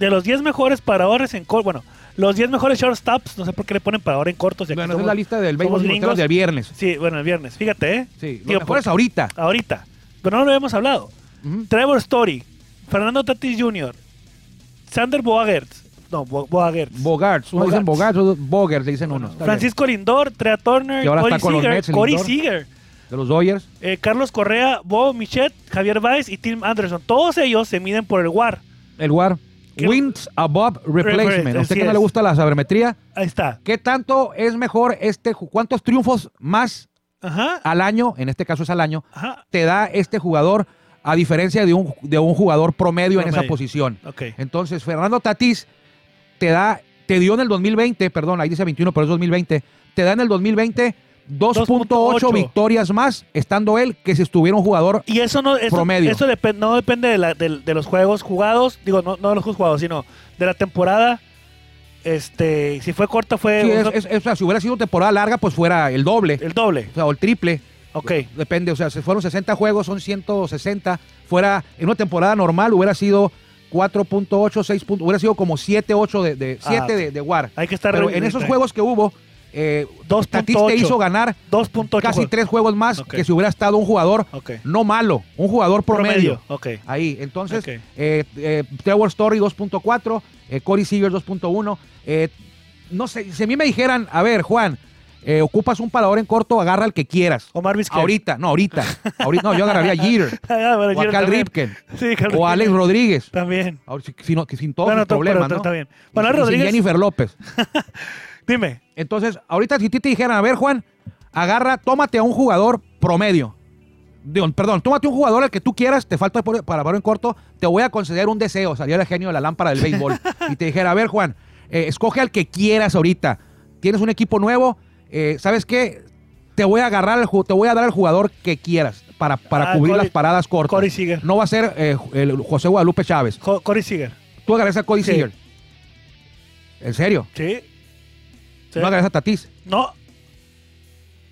S2: de los 10 mejores paradores en corto. Bueno, los 10 mejores shortstops, no sé por qué le ponen parador en corto. si aquí
S3: Bueno, esa
S2: somos-
S3: es la lista del
S2: somos
S3: béisbol sin
S2: gringos.
S3: porteros del viernes.
S2: Sí, bueno, el viernes. Fíjate, ¿eh?
S3: Sí, lo
S2: Digo,
S3: mejor es
S2: por-
S3: ahorita.
S2: ahorita. Pero no lo habíamos hablado.
S3: Ujú.
S2: Trevor Story, Fernando Tatis Jr., Sander Boagertz, no, Bo- Bogaerts.
S3: Bogarts, unos dicen
S2: Bogarts.
S3: Bogarts, otros Bogers le dicen unos. está bien.
S2: Francisco Lindor, Trea Turner,
S3: Que ahora
S2: Corey
S3: está con los
S2: Seager,
S3: Mets,
S2: Corey
S3: Lindor.
S2: Seager,
S3: De los Dodgers.
S2: eh, Carlos Correa, Bo Michet, Javier Baez y Tim Anderson. Todos ellos se miden por el WAR.
S3: El WAR.
S2: ¿Qué-
S3: Wins above replacement.
S2: Replacement,
S3: A
S2: así
S3: usted que no le
S2: es.
S3: gusta la sabermetría,
S2: Ahí está.
S3: ¿qué tanto es mejor este, ju- cuántos triunfos más
S2: Ajá.
S3: al año, en este caso es al año,
S2: Ajá.
S3: te da este jugador a diferencia de un, de un jugador promedio, en esa
S2: Promedio.
S3: posición?
S2: Ok.
S3: Entonces, Fernando Tatís te da, te dio en el 2020, perdón, ahí dice 21, pero es 2020, te da en el 2020 2.8
S2: 2.8
S3: victorias más, estando él que si estuviera un jugador
S2: Y eso no, eso,
S3: Promedio.
S2: eso depen- no depende de, la- del- de los juegos jugados, digo, no, no de los juegos jugados, sino de la temporada. Este, si fue corta fue
S3: Sí,
S2: un-
S3: es- es- es- o sea, si hubiera sido temporada larga, pues fuera el doble,
S2: el doble.
S3: o sea, o el triple.
S2: Ok.
S3: Depende, o sea, si fueron 60 juegos, son 160. Fuera en una temporada normal, hubiera sido 4.8, 6. punto- Hubiera sido como 7, 8 de, de,
S2: Ah,
S3: 7
S2: ok.
S3: de, de WAR.
S2: Hay que estar
S3: Pero en
S2: realista.
S3: esos juegos que hubo, eh, Tatis te
S2: 2.8.
S3: hizo ganar
S2: 2.8
S3: casi
S2: juegos.
S3: tres juegos más
S2: Ok.
S3: que si hubiera estado un jugador
S2: Ok.
S3: no malo, un jugador promedio.
S2: Ok.
S3: Ahí, entonces,
S2: Ok.
S3: eh, eh, Trevor Story 2.4, eh, Corey Seager 2.1. eh, no sé, si a mí me dijeran, a ver, Juan, eh, ocupas un parador en corto, agarra el que quieras.
S2: Omar Vizquel.
S3: Ahorita, no, ahorita. ahorita no, yo agarraría a Jeter
S2: <laughs> Ah, bueno,
S3: o a
S2: Jeter
S3: Cal
S2: también.
S3: Ripken
S2: Sí, Cal
S3: o a Alex
S2: Ripken.
S3: Rodríguez.
S2: También.
S3: Ahora, si- si no- que sin todos
S2: No, no,
S3: los
S2: pero-
S3: problemas,
S2: pero
S3: ¿no?
S2: está bien. Bueno,
S3: Y- y sin
S2: Rodríguez-
S3: Jennifer López.
S2: Dime.
S3: Entonces, ahorita si a ti te dijeran, a ver, Juan, agarra, tómate a un jugador promedio. Digo, perdón, tómate un jugador al que tú quieras, te falta por- para paro en corto, te voy a conceder un deseo, salió el genio de la lámpara del
S2: <laughs>
S3: béisbol. y te dijera, a ver, Juan, eh, escoge al que quieras ahorita. Tienes un equipo nuevo, eh, ¿sabes qué? Te voy a agarrar, al ju- te voy a dar al jugador que quieras para, para
S2: Ah,
S3: cubrir
S2: Corey-
S3: las paradas cortas.
S2: Corey Seager.
S3: No va a ser eh, el José Guadalupe Chávez.
S2: Jo- Corey Seager.
S3: Tú agarras a Cody
S2: Sí.
S3: Seager. ¿En serio?
S2: Sí. Sí.
S3: No agarras a Tatís.
S2: No.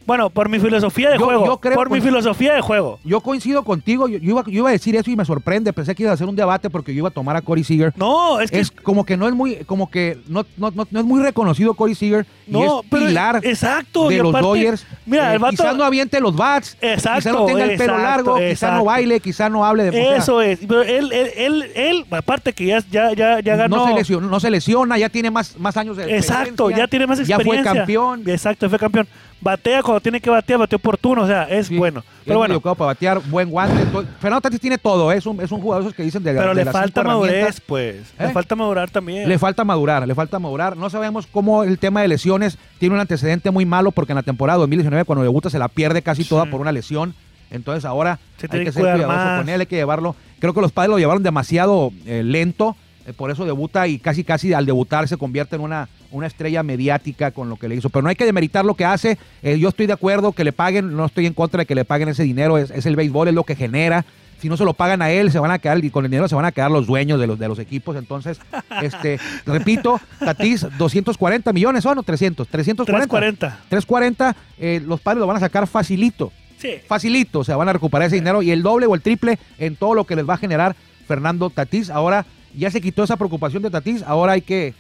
S2: Bueno, por mi filosofía de
S3: Yo-
S2: juego.
S3: yo creo
S2: por mi
S3: con-
S2: filosofía de juego.
S3: Yo coincido contigo, yo, yo iba, yo iba a decir eso y me sorprende, pensé que iba a hacer un debate porque yo iba a tomar a Corey Seager.
S2: No, es que
S3: es como que no es muy, como que no, no, no, no es muy reconocido Corey Seager
S2: no,
S3: y es
S2: pero
S3: pilar
S2: exacto,
S3: de
S2: y
S3: los
S2: aparte,
S3: Dodgers.
S2: Mira,
S3: Eh,
S2: el vato
S3: quizá no aviente los bats, quizá no
S2: Exacto,
S3: tenga el pelo
S2: exacto,
S3: largo, quizá
S2: exacto.
S3: no baile, quizá no hable de o sea,
S2: Eso es. Pero él, él, él, él, aparte que ya, ya, ya, ya ganó.
S3: no, se lesiona, no se lesiona, ya tiene más, más años de
S2: Exacto,
S3: experiencia,
S2: ya tiene más experiencia.
S3: Ya fue campeón.
S2: Exacto, fue campeón. Batea cuando tiene que batear, bateó oportuno, o sea, es
S3: Sí,
S2: bueno.
S3: es
S2: Pero bueno,
S3: educado para batear, buen guante. todo. Fernando Tatis tiene todo, es un, es un jugador esos que dicen de la-
S2: pero
S3: de
S2: le
S3: las cinco
S2: falta
S3: herramientas.
S2: madurez, pues.
S3: ¿Eh?
S2: Le falta madurar también.
S3: Le falta madurar, le falta madurar. No sabemos cómo el tema de lesiones tiene un antecedente muy malo porque en la temporada 2019 cuando debuta se la pierde casi toda por una lesión. Entonces ahora
S2: Se
S3: hay
S2: tiene
S3: que
S2: que
S3: ser
S2: cuidar
S3: cuidadoso
S2: más.
S3: con él, hay que llevarlo. Creo que los padres lo llevaron demasiado eh, lento, eh, por eso debuta y casi casi al debutar se convierte en una, una estrella mediática con lo que le hizo. Pero no hay que demeritar lo que hace. Eh, yo estoy de acuerdo que le paguen, no estoy en contra de que le paguen ese dinero, es, es el béisbol, es lo que genera. Si no se lo pagan a él, se van a quedar, y con el dinero se van a quedar los dueños de los, de los equipos. Entonces, este, repito, Tatís, 240 millones son o 300, 340.
S2: 340.
S3: 340, eh, los padres lo van a sacar facilito
S2: Sí.
S3: facilito, o sea, van a recuperar ese dinero y el doble o el triple en todo lo que les va a generar Fernando Tatís. Ahora ya se quitó esa preocupación de Tatís, ahora hay que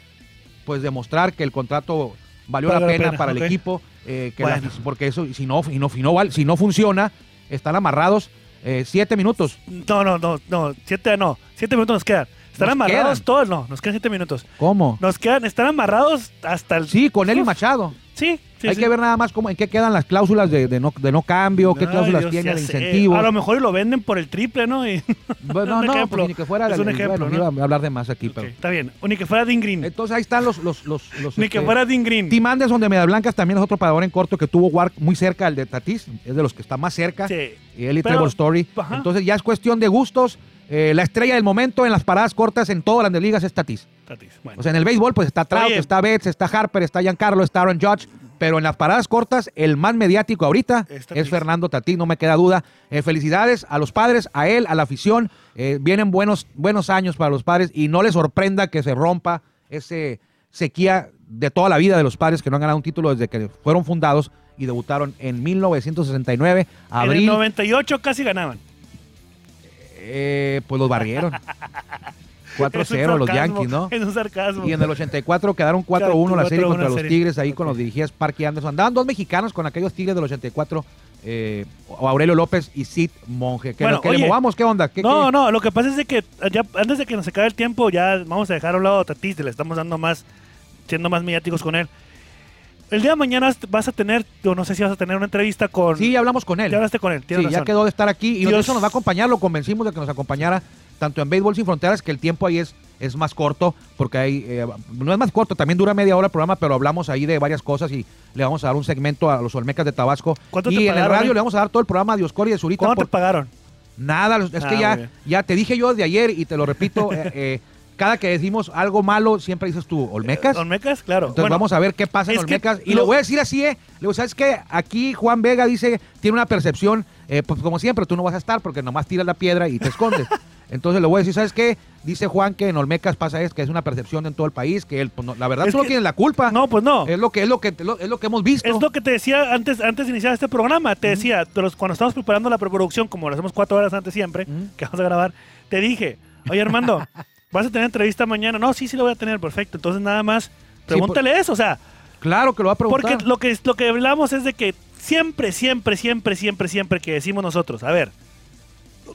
S3: pues demostrar que el contrato valió la
S2: Valió la
S3: pena,
S2: pena,
S3: para
S2: ok.
S3: el equipo, eh, que
S2: Bueno.
S3: la- porque eso si no, si no, si no val- si no funciona, están amarrados eh, siete minutos.
S2: No, no, no, no. Siete, no. Siete minutos nos quedan. Están
S3: Nos
S2: amarrados
S3: quedan.
S2: todos, no. Nos quedan siete minutos.
S3: ¿Cómo?
S2: Nos quedan, están amarrados hasta el.
S3: Sí, con él y
S2: Uf,
S3: Machado.
S2: Sí, sí.
S3: hay
S2: sí.
S3: que ver nada más cómo, en qué quedan las cláusulas de, de no, de no cambio, qué
S2: Ay,
S3: cláusulas
S2: Dios,
S3: tiene
S2: ya
S3: de
S2: sé.
S3: incentivos.
S2: A lo mejor y lo venden por el triple, ¿no? Y- <laughs>
S3: Bueno,
S2: un
S3: no,
S2: ejemplo.
S3: pues, ni que fuera
S2: Es un ejemplo,
S3: bueno,
S2: ¿no?
S3: iba a hablar de más aquí,
S2: Ok,
S3: pero
S2: Está bien. O Ni que fuera Dean Green.
S3: Entonces ahí están los. los, los, los,
S2: Ni que
S3: este,
S2: fuera Dean Green.
S3: Tim Anderson de Media Blancas también es otro parador en corto que tuvo Wark muy cerca al de Tatís, es de los que está más cerca.
S2: Sí.
S3: Y él y
S2: Pero-
S3: Trevor Story.
S2: Ajá.
S3: Entonces ya es cuestión de gustos. Eh, la estrella del momento en las paradas cortas en todas las ligas es Tatís.
S2: Tatis, bueno.
S3: O sea, en el béisbol pues está Trout,
S2: Oye.
S3: está Betts, está Harper, está Giancarlo, está Aaron Judge. Pero en las paradas cortas, el más mediático ahorita
S2: Es
S3: es,
S2: Tatis.
S3: Fernando Tatís, no me queda duda. Eh, felicidades a los padres, a él, a la afición. Eh, vienen buenos, buenos años para los padres y no les sorprenda que se rompa ese sequía de toda la vida de los padres que no han ganado un título desde que fueron fundados y debutaron en 1969,
S2: En el
S3: abril,
S2: 98 casi ganaban.
S3: eh, pues
S2: <laughs>
S3: los barrieron.
S2: Es un
S3: 4-0 los
S2: sarcasmo,
S3: Yankees, ¿no?
S2: Es un sarcasmo.
S3: Y en el 84 quedaron 4-1 la serie
S2: 4-1
S3: contra
S2: la
S3: los
S2: serie.
S3: Tigres, ahí con
S2: Ok.
S3: los dirigías Parky Anderson. Andaban dos mexicanos con aquellos Tigres del 84 eh, Aurelio López y Sid Monje. Que
S2: Bueno,
S3: lo que
S2: oye.
S3: le movamos, ¿qué onda? ¿Qué-
S2: No,
S3: qué-
S2: no, lo que pasa es de que ya, antes de que nos acabe el tiempo, ya vamos a dejar a un lado a Tatis, le estamos dando más, siendo más mediáticos con él. El día de mañana vas a tener, yo no sé si vas a tener una entrevista con.
S3: Sí, ya hablamos con él.
S2: ya hablaste con él,
S3: Sí,
S2: tienes
S3: ya
S2: razón.
S3: quedó de estar aquí. Y
S2: Dios.
S3: eso nos va a acompañar, lo convencimos de que nos acompañara tanto en Béisbol Sin Fronteras, que el tiempo ahí es, es más corto, porque ahí eh, no es más corto, también dura media hora el programa, pero hablamos ahí de varias cosas y le vamos a dar un segmento a los Olmecas de Tabasco.
S2: ¿Cuánto
S3: y
S2: te
S3: en
S2: pagaron,
S3: el radio
S2: eh?
S3: le vamos a dar todo el programa de Oscor y de Zurita.
S2: ¿Cuándo
S3: por-
S2: te pagaron?
S3: Nada, los- es
S2: Ah,
S3: que
S2: muy
S3: ya,
S2: bien.
S3: ya te dije yo desde ayer y te lo
S2: <laughs>
S3: repito, eh, eh, cada que decimos algo malo, siempre dices tú, Olmecas.
S2: ¿Olmecas? Claro.
S3: Entonces
S2: Eh, Bueno,
S3: vamos a ver qué pasa en
S2: es que
S3: Olmecas. Y
S2: lo-
S3: lo voy a decir así, ¿eh? Le digo, ¿sabes qué? Aquí Juan Vega dice, tiene una percepción, eh, pues como siempre, tú no vas a estar porque nomás tiras la piedra y
S2: <laughs>
S3: te escondes. Entonces le voy a decir, ¿sabes qué? Dice Juan que en Olmecas pasa es que es una percepción en todo el país, que él, pues, no- la verdad,
S2: Es
S3: tú no
S2: que-
S3: tienes la culpa.
S2: No, pues no.
S3: Es lo que, es lo que, lo- es lo que hemos visto.
S2: Es lo que te decía antes, antes de iniciar este programa. Te decía, de los- cuando estamos preparando la preproducción, como lo hacemos cuatro horas antes siempre, que vamos a grabar, te dije, oye Armando,
S3: <laughs>
S2: ¿vas a tener entrevista mañana? No, sí, sí lo voy a tener, perfecto. Entonces nada más, pregúntale eso, o sea,
S3: Claro que lo va a preguntar.
S2: porque lo que, lo que hablamos es de que siempre, siempre, siempre, siempre, siempre que decimos nosotros, a ver,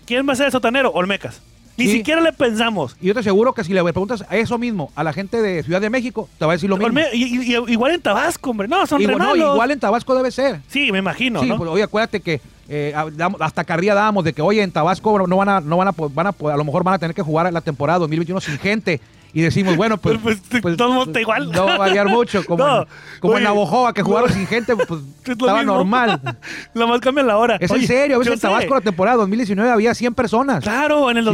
S2: ¿quién va a ser el sotanero? Olmecas. Ni
S3: Sí.
S2: siquiera le pensamos.
S3: Y yo te aseguro que si le preguntas eso mismo a la gente de Ciudad de México, te va a decir lo mismo.
S2: Olme- y- y- y- igual en Tabasco, hombre. No, son
S3: Igual, no,
S2: re malos.
S3: igual en Tabasco debe ser.
S2: Sí, me imagino,
S3: sí,
S2: ¿no?
S3: pues, oye, acuérdate que eh, hablamos- hasta carrilla dábamos de que, oye, en Tabasco no van a, no van a, po- van a, po- a lo mejor van a tener que jugar la temporada 2021 sin gente. Y decimos, bueno, pues.
S2: <laughs> Pues, pues, todo el mundo está igual.
S3: No va a variar mucho. Como,
S2: <laughs> No,
S3: en, como en
S2: oye,
S3: Navojoa, que
S2: no.
S3: jugaron sin gente, pues
S2: <laughs> Es lo
S3: estaba
S2: mismo.
S3: normal.
S2: <laughs> Lo más cambia la hora.
S3: Es
S2: Oye,
S3: en serio, a
S2: yo
S3: veces en
S2: sé.
S3: Tabasco la temporada 2019 había 100 personas.
S2: Claro, en el
S3: Sí.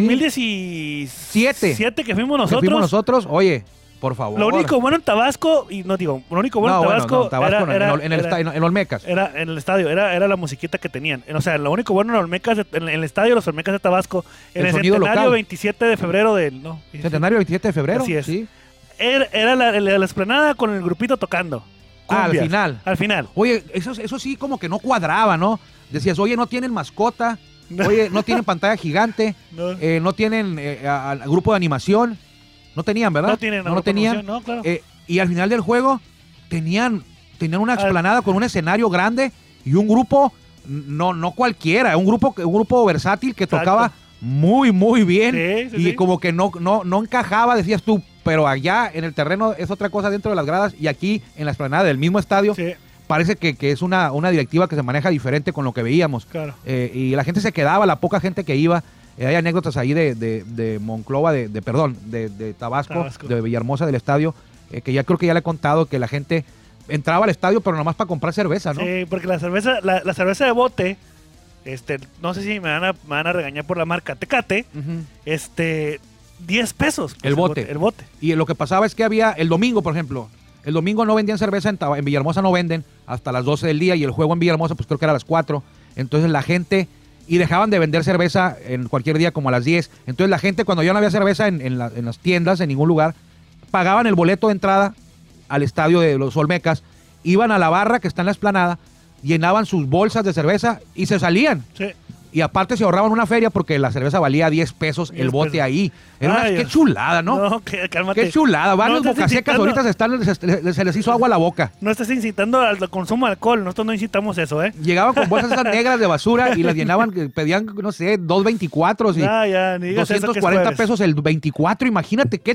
S2: 2017
S3: Siete.
S2: que fuimos
S3: Que
S2: nosotros.
S3: fuimos nosotros, oye, por favor.
S2: Lo único bueno en Tabasco, y no digo, lo único bueno
S3: No,
S2: en
S3: bueno,
S2: Tabasco,
S3: no, Tabasco
S2: era,
S3: no, en
S2: era-
S3: Ol- en el
S2: era- Eh,
S3: esta- en- en Olmecas.
S2: era en el estadio, era, era la musiquita que tenían. O sea, lo único bueno en Olmecas, de- en, en el estadio de los Olmecas de Tabasco, en el,
S3: El sonido
S2: centenario
S3: local.
S2: 27 de febrero del. No,
S3: Centenario 27 de febrero.
S2: Así es.
S3: sí.
S2: Era, era la, la- la esplanada con el grupito tocando.
S3: Ah, al
S2: Cumbias.
S3: final.
S2: Al final.
S3: Oye, eso, eso sí como que no cuadraba, ¿no? Decías, oye, no
S2: <laughs>
S3: tienen mascota, oye, no tienen pantalla gigante,
S2: No.
S3: eh, no tienen eh, a- a- grupo de animación, no tenían, ¿verdad?
S2: No tienen
S3: no, no tenían.
S2: no, claro.
S3: Eh, y al final del juego tenían, tenían una
S2: Al-
S3: explanada con un escenario grande y un grupo, no, no cualquiera, un grupo, que- un grupo versátil que
S2: Exacto.
S3: tocaba muy, muy bien.
S2: Sí, sí,
S3: y
S2: sí.
S3: como que no, no, no encajaba, decías tú, pero allá en el terreno es otra cosa dentro de las gradas y aquí en la explanada del mismo estadio
S2: Sí,
S3: parece que, que es una, una directiva que se maneja diferente con lo que veíamos.
S2: claro.
S3: Eh, y la gente se quedaba, la poca gente que iba. Eh, hay anécdotas ahí de, de- de Monclova, de, de- perdón, de, de Tabasco,
S2: Tabasco.
S3: de Villahermosa, del estadio, eh, que ya creo que ya le he contado que la gente entraba al estadio, pero nomás para comprar cerveza, ¿no?
S2: Sí, porque la cerveza, la, la cerveza de bote, este, no sé si me van a, me van a regañar por la marca Tecate,
S3: Ujú.
S2: este, 10 pesos. pues,
S3: El bote.
S2: El bote.
S3: Y lo que pasaba es que había el domingo, por ejemplo. El domingo no vendían cerveza, en, Taba- en Villahermosa no venden hasta las 12 del día y el juego en Villahermosa pues creo que era a las 4. Entonces la gente... Y dejaban de vender cerveza en cualquier día como a las 10. Entonces la gente cuando ya no había cerveza en, en la- en las tiendas, en ningún lugar, pagaban el boleto de entrada al estadio de los Olmecas, iban a la barra que está en la esplanada, llenaban sus bolsas de cerveza y se salían.
S2: Sí.
S3: Y aparte se ahorraban una feria porque la cerveza valía 10 pesos
S2: 10
S3: el bote
S2: pesos.
S3: ahí. Era una-
S2: Ay,
S3: qué
S2: Dios.
S3: chulada, ¿no?
S2: <laughs> que- cálmate.
S3: Qué chulada. Varios
S2: No estás
S3: bocacecas
S2: incitando-
S3: ahorita se, están, se, se- se les hizo agua a la boca.
S2: No estás incitando al consumo de alcohol, nosotros no incitamos eso, ¿eh?
S3: Llegaban con bolsas esas negras de basura y las llenaban, que pedían, no sé, 224 y
S2: Ya, ya, ni digas eso que es
S3: 240
S2: jueves.
S3: pesos el 24. Imagínate qué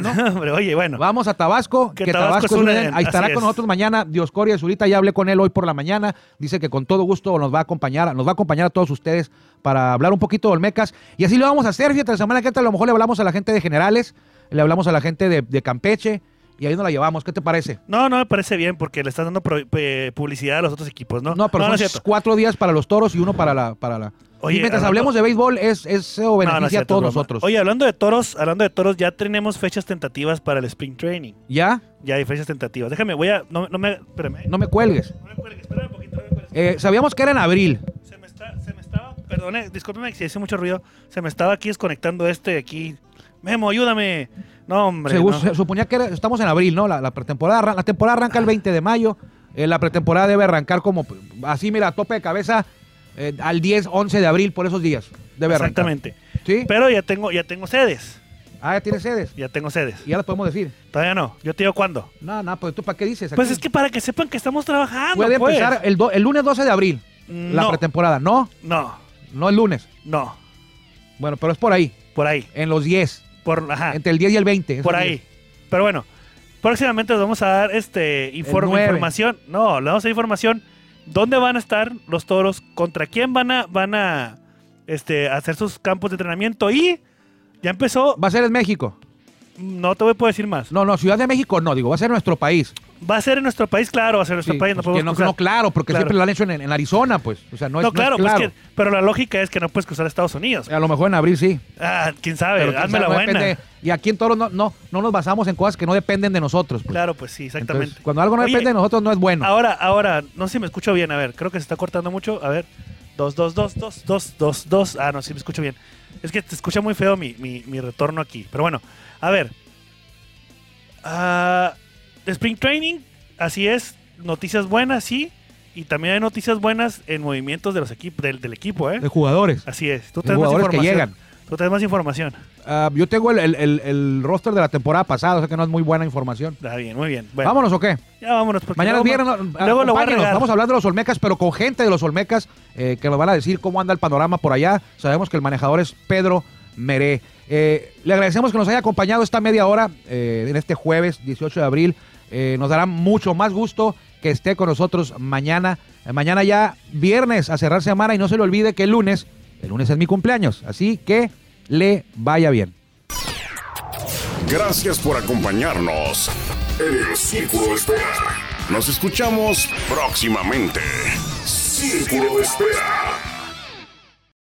S2: <laughs>
S3: ¿no?
S2: Hombre, oye, bueno.
S3: Vamos a Tabasco,
S2: Que
S3: que,
S2: Tabasco
S3: Tabasco,
S2: es
S3: es
S2: un
S3: un
S2: Edén,
S3: Edén. Ahí estará
S2: así es.
S3: con nosotros mañana Dioscoria Zurita. Ya hablé con él hoy por la mañana. Dice que con todo gusto nos va a acompañar, nos va a acompañar a todos ustedes para hablar un poquito de Olmecas. Y así lo vamos a hacer. Fíjate, la semana que entra a lo mejor le hablamos a la gente de Generales, le hablamos a la gente de, de Campeche y ahí nos la llevamos. ¿Qué te parece?
S2: No, no me parece bien porque le estás dando pro- eh, publicidad a los otros equipos, ¿no?
S3: No, pero
S2: no,
S3: son
S2: es cierto.
S3: cuatro días para los toros y uno para la. Para la...
S2: Oye,
S3: y mientras
S2: Armando-
S3: hablemos de béisbol, es, es o
S2: No, no es
S3: beneficia a
S2: cierto,
S3: todos
S2: broma.
S3: nosotros.
S2: Oye, hablando de toros, hablando de toros, ya tenemos fechas tentativas para el spring training.
S3: ¿Ya?
S2: Ya hay fechas tentativas. Déjame, voy a. No, no me. Espérame.
S3: No me cuelgues.
S2: No me cuelgues, espérame un poquito, no me cuelgues.
S3: Eh, sabíamos que era en abril.
S2: Se me, está, se me estaba, perdone, discúlpeme si hice mucho ruido. Se me estaba aquí desconectando este de aquí. Memo, ayúdame. No, hombre.
S3: Se,
S2: no.
S3: se suponía que era- estamos en abril, ¿no? La, la pretemporada, arran- la temporada arranca el 20 de mayo. eh, la pretemporada debe arrancar como así, mira, a tope de cabeza eh, al 10, 11 de abril, por esos días. Debe arrancar.
S2: Exactamente.
S3: ¿Sí?
S2: Pero ya tengo, ya tengo sedes.
S3: Ah, ya tiene sedes.
S2: Ya tengo sedes.
S3: Y ya las podemos decir.
S2: Todavía no. Yo te digo cuándo.
S3: No, no, pues tú, ¿para qué dices?
S2: Pues
S3: Aquí
S2: es que para que sepan que estamos trabajando.
S3: Puede
S2: pues.
S3: empezar el, do- el lunes 12 de abril. La
S2: No.
S3: pretemporada, no,
S2: No,
S3: no el lunes.
S2: no.
S3: Bueno, pero es por ahí,
S2: Por ahí.
S3: en los 10,
S2: Por, ajá,
S3: entre el 10 y el 20. esos
S2: Ah. por
S3: 10.
S2: ahí. Pero bueno, próximamente les vamos a dar este inform-
S3: El nueve.
S2: información. No, le vamos a dar información. ¿Dónde van a estar los toros? ¿Contra quién van a, van a este, hacer sus campos de entrenamiento? Y ya empezó.
S3: Va a ser en México.
S2: No te voy a poder decir más.
S3: No, no, Ciudad de México no, digo, va a ser nuestro país.
S2: Va a ser en nuestro país, claro, va a ser en nuestro
S3: Sí,
S2: país. No
S3: pues, que
S2: podemos
S3: no,
S2: cruzar.
S3: no, claro, porque
S2: Claro.
S3: siempre lo han hecho en, en Arizona, pues. O sea, no es
S2: No,
S3: no es
S2: claro, pues que- pero la lógica es que no puedes cruzar a Estados Unidos.
S3: A lo mejor en abril sí.
S2: Ah, quién sabe,
S3: pero quién
S2: hazme la
S3: sabe,
S2: buena.
S3: depende. Y aquí en Toro no, no, no nos basamos en cosas que no dependen de nosotros. pues.
S2: Claro, pues sí, exactamente.
S3: Entonces, cuando algo no
S2: Oye,
S3: depende de nosotros no es bueno.
S2: Ahora, ahora, no sé si me escucho bien, a ver, creo que se está cortando mucho. A ver, dos, dos, dos, dos, dos, dos, dos. Ah, no, sí me escucho bien. Es que te escucha muy feo mi, mi, mi retorno aquí. Pero bueno, a ver. Ah, Spring Training, así es. Noticias buenas, sí. Y también hay noticias buenas en movimientos de los equip- del, del equipo, ¿eh?
S3: de jugadores.
S2: Así es. Tú
S3: de
S2: traes más
S3: jugadores que
S2: información.
S3: llegan.
S2: Tú traes más información.
S3: Ah, yo tengo el, el- el- el roster de la temporada pasada, o sea que no es muy buena información.
S2: Está bien, muy bien. Bueno,
S3: Vámonos o qué?
S2: Ya vámonos. porque
S3: Mañana es
S2: luego-
S3: viernes. no, ah,
S2: Luego lo voy a
S3: acompáñenos.
S2: regar.
S3: Vamos a hablar de los Olmecas, pero con gente de los Olmecas eh, que nos van a decir cómo anda el panorama por allá. Sabemos que el manejador es Pedro Meré. Eh, le agradecemos que nos haya acompañado esta media hora eh, en este jueves 18 de abril. Eh, nos dará mucho más gusto que esté con nosotros mañana. Eh, mañana ya viernes a cerrar semana y no se le olvide que el lunes, el lunes es mi cumpleaños. Así que le vaya bien.
S5: Gracias por acompañarnos en el Círculo de Espera. Nos escuchamos próximamente. Círculo de Espera.